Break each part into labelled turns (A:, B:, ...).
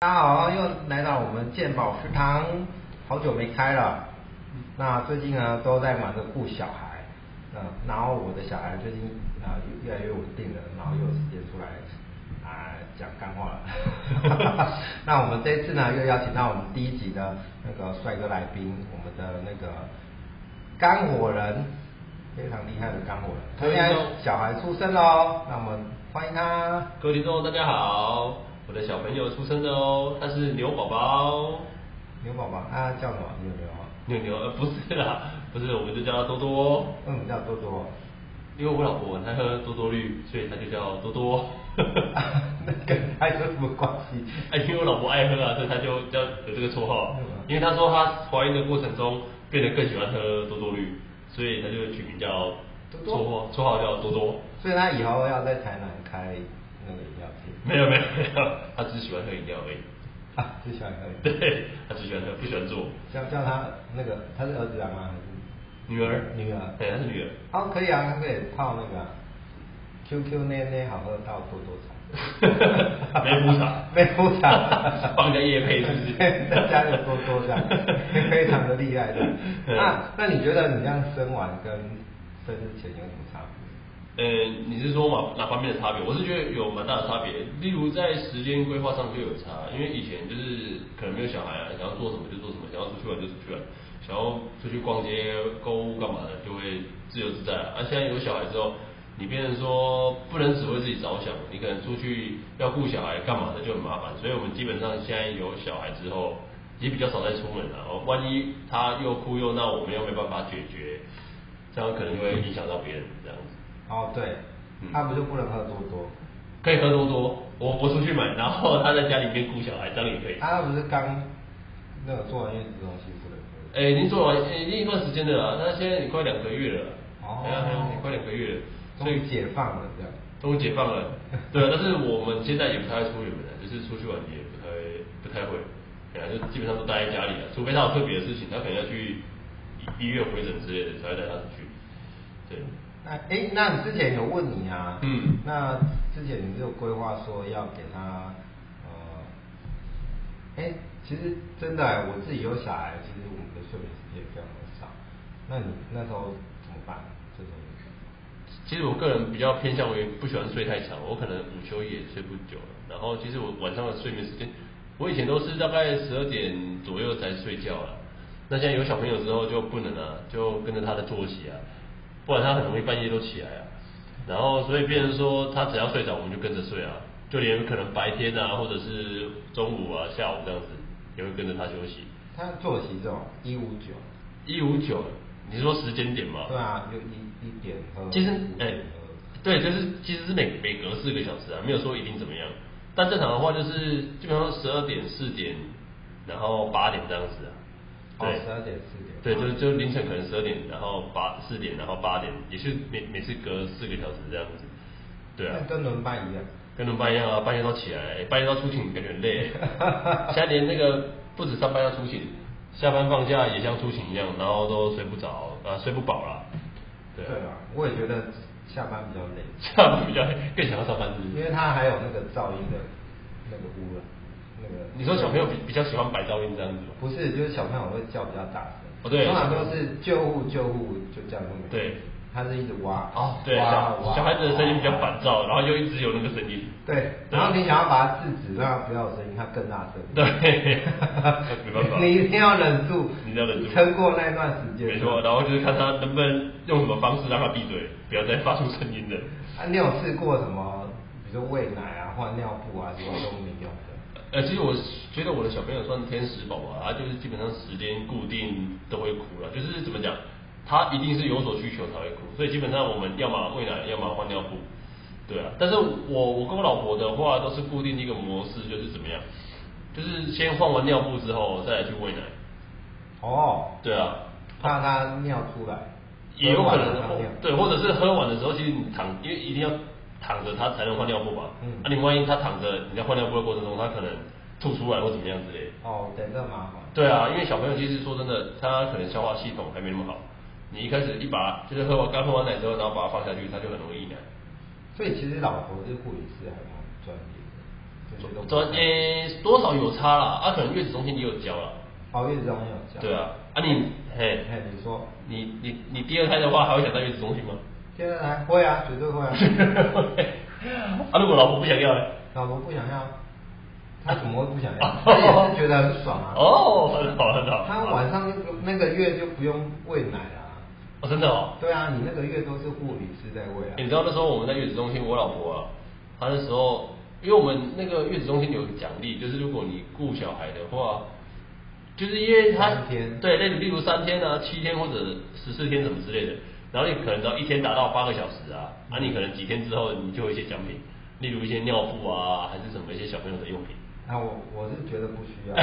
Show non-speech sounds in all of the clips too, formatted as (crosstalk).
A: 大家好，又来到我们健保食堂，好久没开了。那最近呢，都在忙着顾小孩，嗯，然后我的小孩最近啊、越来越稳定了，然后又有时间出来啊、讲干话了。那我们这一次呢，又邀请到我们第一集的那个帅哥来宾，我们的那个干火人，非常厉害的干火人，他
B: 各位
A: 现在
B: 听众
A: 小孩出生了哦，那我们欢迎他。
B: 各位听众，大家好，我的小朋友出生了哦，他是牛宝宝，
A: 牛宝宝，啊，叫什么？牛牛啊，
B: 牛牛呃不是啦， (laughs) 不是，我们就叫他多多，
A: 为什么嗯叫多多？
B: 因为我老婆很爱喝多多绿，所以他就叫多多。 (laughs)
A: 那跟他有什么关系？
B: 哎，因为我老婆爱喝啊，所以他就叫有这个绰号
A: 嗯。
B: 因为他说他怀孕的过程中变得更喜欢喝多多绿，所以他就取名叫
A: 多
B: 绰
A: 多
B: 号绰号叫多多。
A: 所以他以后要在台南开那个饮料店
B: 没有没有没有， (laughs) 他只是喜欢喝饮料而已。 (laughs)
A: 啊，就喜欢喝饮料。
B: 对，他只喜欢喝，不喜欢做。
A: 叫叫他那个，他是儿子啊吗？还是
B: 女儿，
A: 女儿
B: 对，她是女儿。
A: 哦，可以啊，他可以泡那个啊 QQ 内内好喝到多多茶，
B: (laughs) 没补偿
A: 没 (laughs) 补偿，
B: 帮人家业配是不是
A: 再加个多多这样，非常的厉害的。
B: 嗯
A: 那那你觉得你这样生完跟生之前有什么差别？
B: 呃，你是说嘛哪方面的差别？我是觉得有蛮大的差别，例如在时间规划上就有差，因为以前就是可能没有小孩啊，想要做什么就做什么，想要出去玩就出去玩，想要出去逛街、购物干嘛的就会自由自在啊。啊现在有小孩之后，你变成说不能只为自己着想，你可能出去要顾小孩干嘛的就很麻烦，所以我们基本上现在有小孩之后也比较少再出门了、哦万一他又哭又闹，我们又没办法解决，这样可能就会影响到别人这样子。
A: 哦，对
B: 嗯，
A: 他不就不能喝多多？
B: 可以喝多多，我我出去买，然后他在家里面顾小孩，这样也可以。
A: 他不是刚那个做完月子中心不能喝？
B: (laughs) 哎、已经做完，哎已经一段时间了啦，那现在你快两个月了，
A: 哦
B: 哎呀哎呀你快两个月了，
A: 终
B: 所以
A: 于解放了这样。
B: 终于解放了，对啊，但是我们现在也不太出远门了，就是出去玩也不太不太会，本来就基本上都待在家里啊了，除非他有特别的事情，他可能要去医医院回诊之类的，才会带他出去。对，
A: 那哎，那你之前有问你啊？
B: 嗯
A: 那之前你就规划说要给他呃，哎，其实真的、啊我自己有小孩，其实我们的睡眠时间也非常的少。那你那时候怎么办？这种
B: 其实我个人比较偏向于不喜欢睡太长，我可能午休也睡不久了。然后其实我晚上的睡眠时间，我以前都是大概十二点左右才睡觉了。那现在有小朋友之后就不能了、就跟着他的作息啊，不然他很容易半夜都起来啊。然后所以变成说，他只要睡着，我们就跟着睡啊，就连可能白天啊，或者是中午啊、下午这样子，也会跟着他休息。
A: 他作息这种一五九，
B: 一五九，你说时间点吗？
A: 对啊，就一一点喝，
B: 哦其实
A: 五，
B: 哎、
A: 点喝
B: 对，就是其实是每每隔四个小时啊，没有说一定怎么样。但正常的话就是基本上十二点、四点，然后八点这样子啊。
A: 哦
B: 对，
A: 12点4点
B: 对，就就凌晨可能十二点，然后八四点，然后八点，也是每每次隔四个小时这样子。对啊
A: 那，跟轮班一样。
B: 跟轮班一样啊，半夜都起来，半夜都出勤，感觉
A: (laughs)
B: 很累。现在连那个不止上班要出勤，下班放假也像出勤一样，然后都睡不着啊，睡不饱啦。对
A: 啊，
B: 啊。
A: 我也觉得下班比较累，
B: (laughs) 这样比较更想要上班是
A: 因
B: 不是？
A: 为它还有那个噪音的那个污染，那个
B: 你说小朋友比比较喜欢白噪音这样子吗？
A: 不是，就是小朋友会叫比较大声。
B: 哦对
A: 通常都是救护救护就叫那么。
B: 对，
A: 他是一直挖。
B: 哦，对，
A: 挖
B: 小
A: 挖
B: 小孩子的声音比较
A: 哇
B: 烦躁，然后又一直有那个声音。 (laughs)
A: 对，
B: 对
A: 然后你想要把它制止，让它不要有声音，它更大声。 (laughs)
B: 对 (laughs) 没办法
A: 你一定要忍住，
B: 你一定要忍住
A: 撑过那段时间。
B: 没错，然后就是看他能不能用什么方式让他闭嘴，不要再发出声音了。
A: 啊，你有试过什么，比如说喂奶啊、换尿布啊，什么都没用的？
B: 呃，其实我觉得我的小朋友算天使宝宝啊，他就是基本上时间固定都会哭了，就是怎么讲，他一定是有所需求才会哭，所以基本上我们要么喂奶，要么换尿布，对啊。但是我我跟我老婆的话都是固定一个模式，就是怎么样，就是先换完尿布之后再来去喂奶，
A: 哦，
B: 对啊，
A: 怕它尿出来，
B: 也有可
A: 喝完
B: 能
A: 了它尿。
B: 对，或者是喝完的时候，其实你躺，因为一定要躺着他才能换尿布吧，
A: 嗯
B: 那、你万一他躺着你在换尿布的过程中，他可能吐出来或怎么样之类的。
A: 哦，等这麻烦。
B: 对啊，因为小朋友其实说真的，他可能消化系统还没那么好。你一开始一把就是喝完刚喝完奶之后，然后把它放下去，他就很容易溢奶。
A: 所以其实老婆是护理师还蛮专业的。这些都
B: 转诶、呃多少有差啦，啊，可能月子中心也有教啦，
A: 哦，月子中心有教。
B: 对啊，啊你嘿，
A: 哎，你说，
B: 你你你第二胎的话还会想到月子中心吗？ (laughs)
A: 现在还会啊，绝对会啊。
B: 啊，如果老婆不想要呢？
A: 老婆不想要，她怎么会不想要？
B: (laughs)
A: 她也是觉得很爽啊。
B: 哦，很好很好。
A: 她晚上就不那个月就不用喂奶啦、
B: 哦，真的哦。
A: 对啊，你那个月都是护理师在喂
B: 欸你
A: 啊。
B: 知道那时候我们在月子中心，我老婆啊，她那时候，因为我们那个月子中心有奖励，就是如果你雇小孩的话，就是因为她
A: 三天
B: 对，例如例如三天啊、七天或者十四天什么之类的，然后你可能只要一天达到八个小时啊，
A: 嗯
B: 啊，你可能几天之后你就有一些奖品，例如一些尿布啊，还是什么一些小朋友的用品。
A: 那我我是觉得不需
B: (laughs)
A: 要。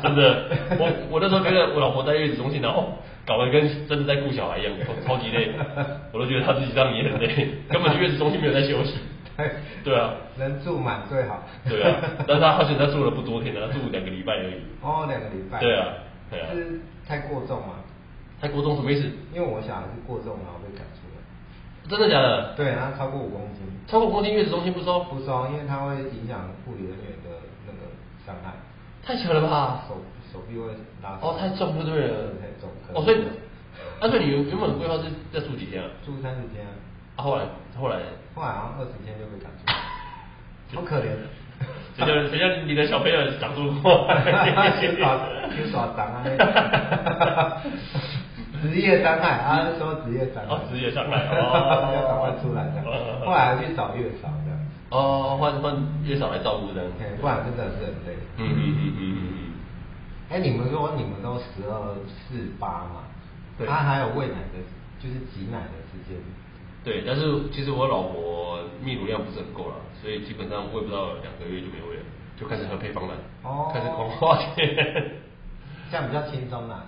B: 真的，我我那时候觉得我老婆在月子中心，然后搞得跟真的在顾小孩一样，超超级累，我都觉得她自己这样也很累，根本月子中心没有在休
A: (laughs)
B: 息。对啊，
A: 能住满最好。
B: 对啊，但是她而且她住了不多天啊，她住两个礼拜而已。
A: 哦，两个礼拜。
B: 对啊对啊
A: 是太过重嘛？
B: 泰国中什么意思？
A: 因为我小孩是过重，然后被赶出来。
B: 真的假的？
A: 对，然后超过五公斤，
B: 超过公斤月子中心不收？
A: 不收，因为它会影响护理人员的那个伤害，
B: 太小了吧？
A: 手手臂会拉伤。
B: 哦，太重就对了。
A: 太重。
B: 哦，所以，啊，所以你原原本规划是要住几天啊？
A: 住三十天啊，
B: 啊，后来后来呢，
A: 后来好像二十天就被赶
B: (laughs)
A: 出来，好可怜。啊
B: 谁叫谁叫你的小朋友长这么
A: (laughs)
B: (laughs) 快？
A: 就耍就耍脏啊！ (laughs) 职业伤害啊，那时候职业伤害，
B: 哦职业伤害
A: (laughs)
B: 哦
A: 要赶快出来的。后来还去找月嫂的，
B: 哦，换换月嫂来照顾这样。
A: 哎不然真的是很累。
B: 嗯嗯嗯嗯嗯嗯。
A: 哎，你们说你们都十二四八嘛？
B: 对
A: 他还有喂奶的，就是挤奶的时间。
B: 对，但是其实我老婆泌乳量不是很够了，所以基本上喂不到两个月就没喂了，就开始喝配方奶，
A: 哦
B: 开始狂花钱。 (laughs)
A: 这样比较轻松啊啦、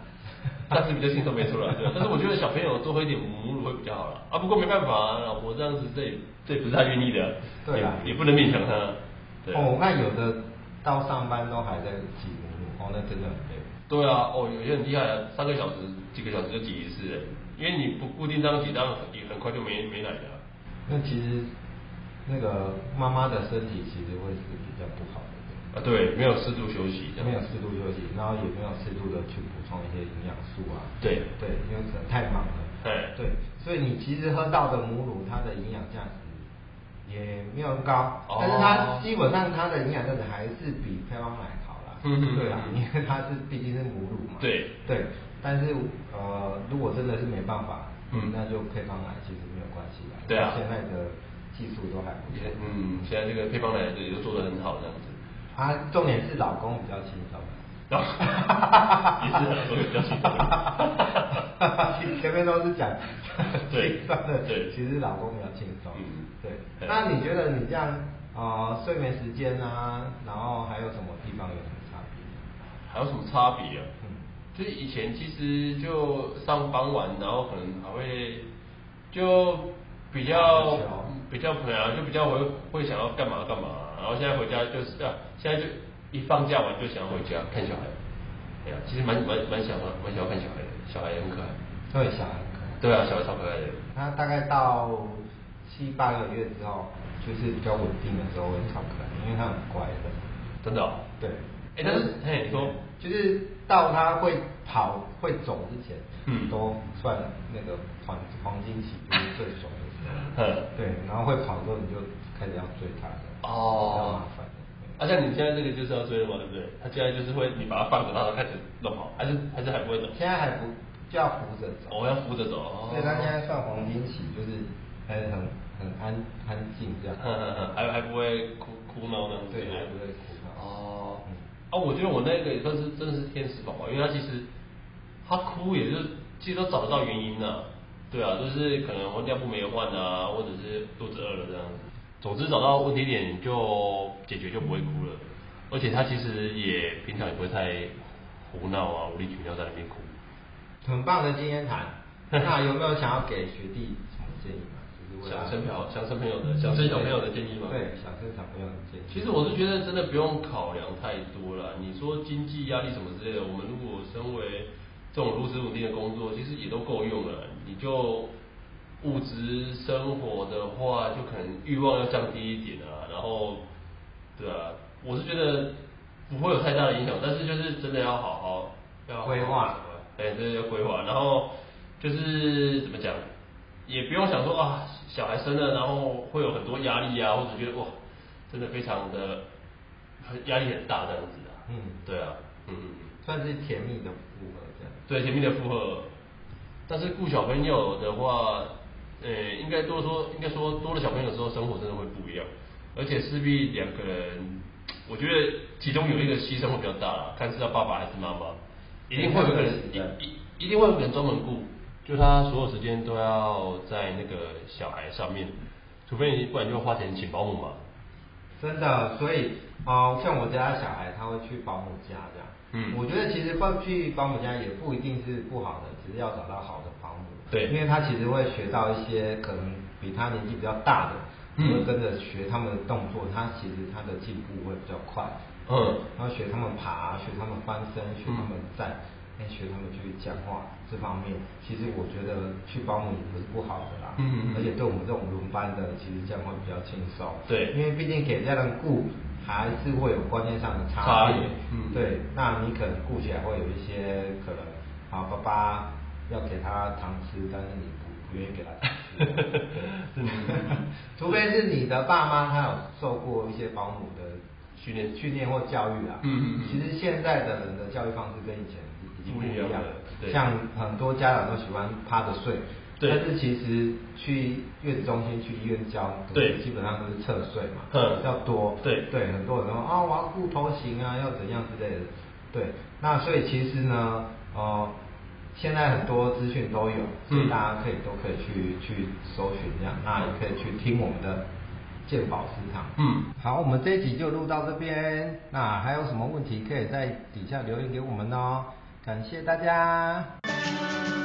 B: 但是比较轻松没错了，对。但是我觉得小朋友多喝一点母乳会比较好了啊。不过没办法、啊，老婆这样子，这也这也不是她愿意的，
A: 对啊
B: 也也不能勉强她。对啊、
A: 哦，我看有的到上班都还在挤母乳，哦，那真的很累。
B: 对啊，哦，有些很厉害啊，三个小时、几个小时就挤一次，因为你不固定这样挤，这样也很快就没没奶了啊。
A: 那其实那个妈妈的身体其实会是比较不好的，
B: 啊，对，没有适度休息，这样
A: 没有适度休息，然后也没有适度的去补充一些营养素啊。
B: 对
A: 对，因为可能太忙了。
B: 哎，
A: 对，所以你其实喝到的母乳，它的营养价值也没有很高，
B: 哦
A: 但是它基本上它的营养价值还是比配方奶好啦。
B: 嗯嗯嗯
A: 对啊， (laughs) 因为它是毕竟是母乳嘛。
B: 对
A: 对，但是呃，如果真的是没办法，
B: 嗯
A: 那就配方奶其实没有关系啦。
B: 对啊
A: 现在的技术都还不错。
B: 嗯，现在这个配方奶这也都做得很好，这样子。
A: 啊，重点是老公比较轻松。
B: 然后
A: (laughs)
B: 也是很多比较轻松。
A: 前面都是讲 (laughs)
B: 对
A: 轻松的，
B: 对
A: 其实老公比较轻松。
B: 嗯
A: 对。
B: 对
A: 那你觉得你这样呃睡眠时间啊，然后还有什么地方有什么差别？
B: 还有什么差别啊？
A: 嗯
B: 就是以前其实就上班完，然后可能还会就比
A: 打
B: 较
A: 球
B: 比较可能啊，就比较会会想要干嘛干嘛，然后现在回家就是啊，现在就一放假完就想要回家看小孩，哎呀，其实蛮蛮蛮想蛮想要看小孩的，小孩也很可爱，
A: 对，小孩可能。
B: 对啊，小孩超可爱的，
A: 他大概到七八个月之后，就是比较稳定的时候会超可爱，因为他很乖的。
B: 真的、哦，
A: 对，
B: 哎但是嘿你说
A: 就是到他会跑会走之前，
B: 嗯
A: 都算那个黄黄金期，就是最爽的时候。
B: 嗯，
A: 对，然后会跑之后你就开始要追他了，比较
B: 哦
A: 麻烦的。
B: 啊，像你现在这个就是要追了嘛，对不对？他现在就是会，你把它放着，然后它开始弄跑，还是还是还不会走
A: 对，现在还不就要扶着走，
B: 我、要扶着走。哦
A: 所以他现在算黄金期，就是还很很安安静这样。
B: 嗯， (laughs) 还还不会哭哭闹呢，
A: 对，还不
B: 会。
A: 会哭闹。
B: 嗯哦，啊，我觉得我那个也算是真的是天使宝宝，因为他其实他哭也是其实都找得到原因的、对啊，就是可能我尿布没换啊，或者是肚子饿了这样子。总之找到问题点就解决就不会哭了，而且他其实也平常也不会太胡闹啊，无理取闹在那边哭。
A: 很棒的经验
B: (laughs)
A: 谈。那有没有想要给学弟什么建议吗？就是为了
B: 想生朋友，想生朋友的，想生小朋友的建议吗？
A: 啊对，想生小朋友的建议。
B: 其实我是觉得真的不用考量太多了。你说经济压力什么之类的，我们如果身为这种如此稳定的工作，其实也都够用了。你就物质生活的话，就可能欲望要降低一点啊，然后对啊，我是觉得不会有太大的影响，但是就是真的要好好要好好
A: 规划
B: 对，这要规划。然后就是怎么讲，也不用想说啊，小孩生了，然后会有很多压力啊，或者觉得哇，真的非常的很压力很大这样子啊。
A: 嗯
B: 对啊，嗯嗯。嗯
A: 算是甜蜜的部分这样。
B: 对甜蜜的负荷，但是顾小朋友的话，呃，应该多说，应该说多了小朋友之后，生活真的会不一样，而且势必两个人，我觉得其中有一个牺牲会比较大啦，看是要爸爸还是妈妈，一定会有一个人
A: 对
B: 一一一定会有一个人专门顾，就他所有时间都要在那个小孩上面，除非你不然就花钱请保姆嘛，
A: 真的，所以啊、呃像我家的小孩，他会去保姆家这样。
B: 嗯
A: 我觉得其实会去保姆家也不一定是不好的，只是要找到好的保姆。
B: 对
A: 因为他其实会学到一些可能比他年纪比较大的，
B: 嗯
A: 会跟着学他们的动作，他其实他的进步会比较快。
B: 嗯，
A: 然后学他们爬，学他们翻身，学他们
B: 嗯
A: 站，哎、学他们去讲话这方面，其实我觉得去保姆也不是不好的啦。
B: 嗯嗯嗯
A: 而且对我们这种轮班的，其实这样会比较轻松。
B: 对
A: 因为毕竟给家人顾，还是会有观念上的
B: 差
A: 差
B: 别
A: 别。
B: 嗯
A: 对，那你可能顾起来会有一些可能，啊，爸爸要给他糖吃，但是你不不愿意给他糖吃。
B: (laughs)
A: 对除非是你的爸妈他有受过一些保姆的
B: 训练
A: 训练或教育啊。
B: 嗯嗯嗯
A: 其实现在的人的教育方式跟以前已经不一样
B: 不一样
A: 了
B: 了对，
A: 像很多家长都喜欢趴着睡。
B: 对
A: 但是其实去月子中心、去医院教，
B: 对
A: 基本上都是侧睡嘛，
B: 嗯
A: 比较多，
B: 对
A: 对，很多人说啊，我要顾头型啊，要怎样之类的，对，那所以其实呢，呃，现在很多资讯都有，所以
B: 嗯
A: 大家可以都可以去去搜寻这样，那也可以去听我们的鉴宝市场，
B: 嗯
A: 好，我们这一集就录到这边。那还有什么问题可以在底下留言给我们哦。感谢大家。
C: Thank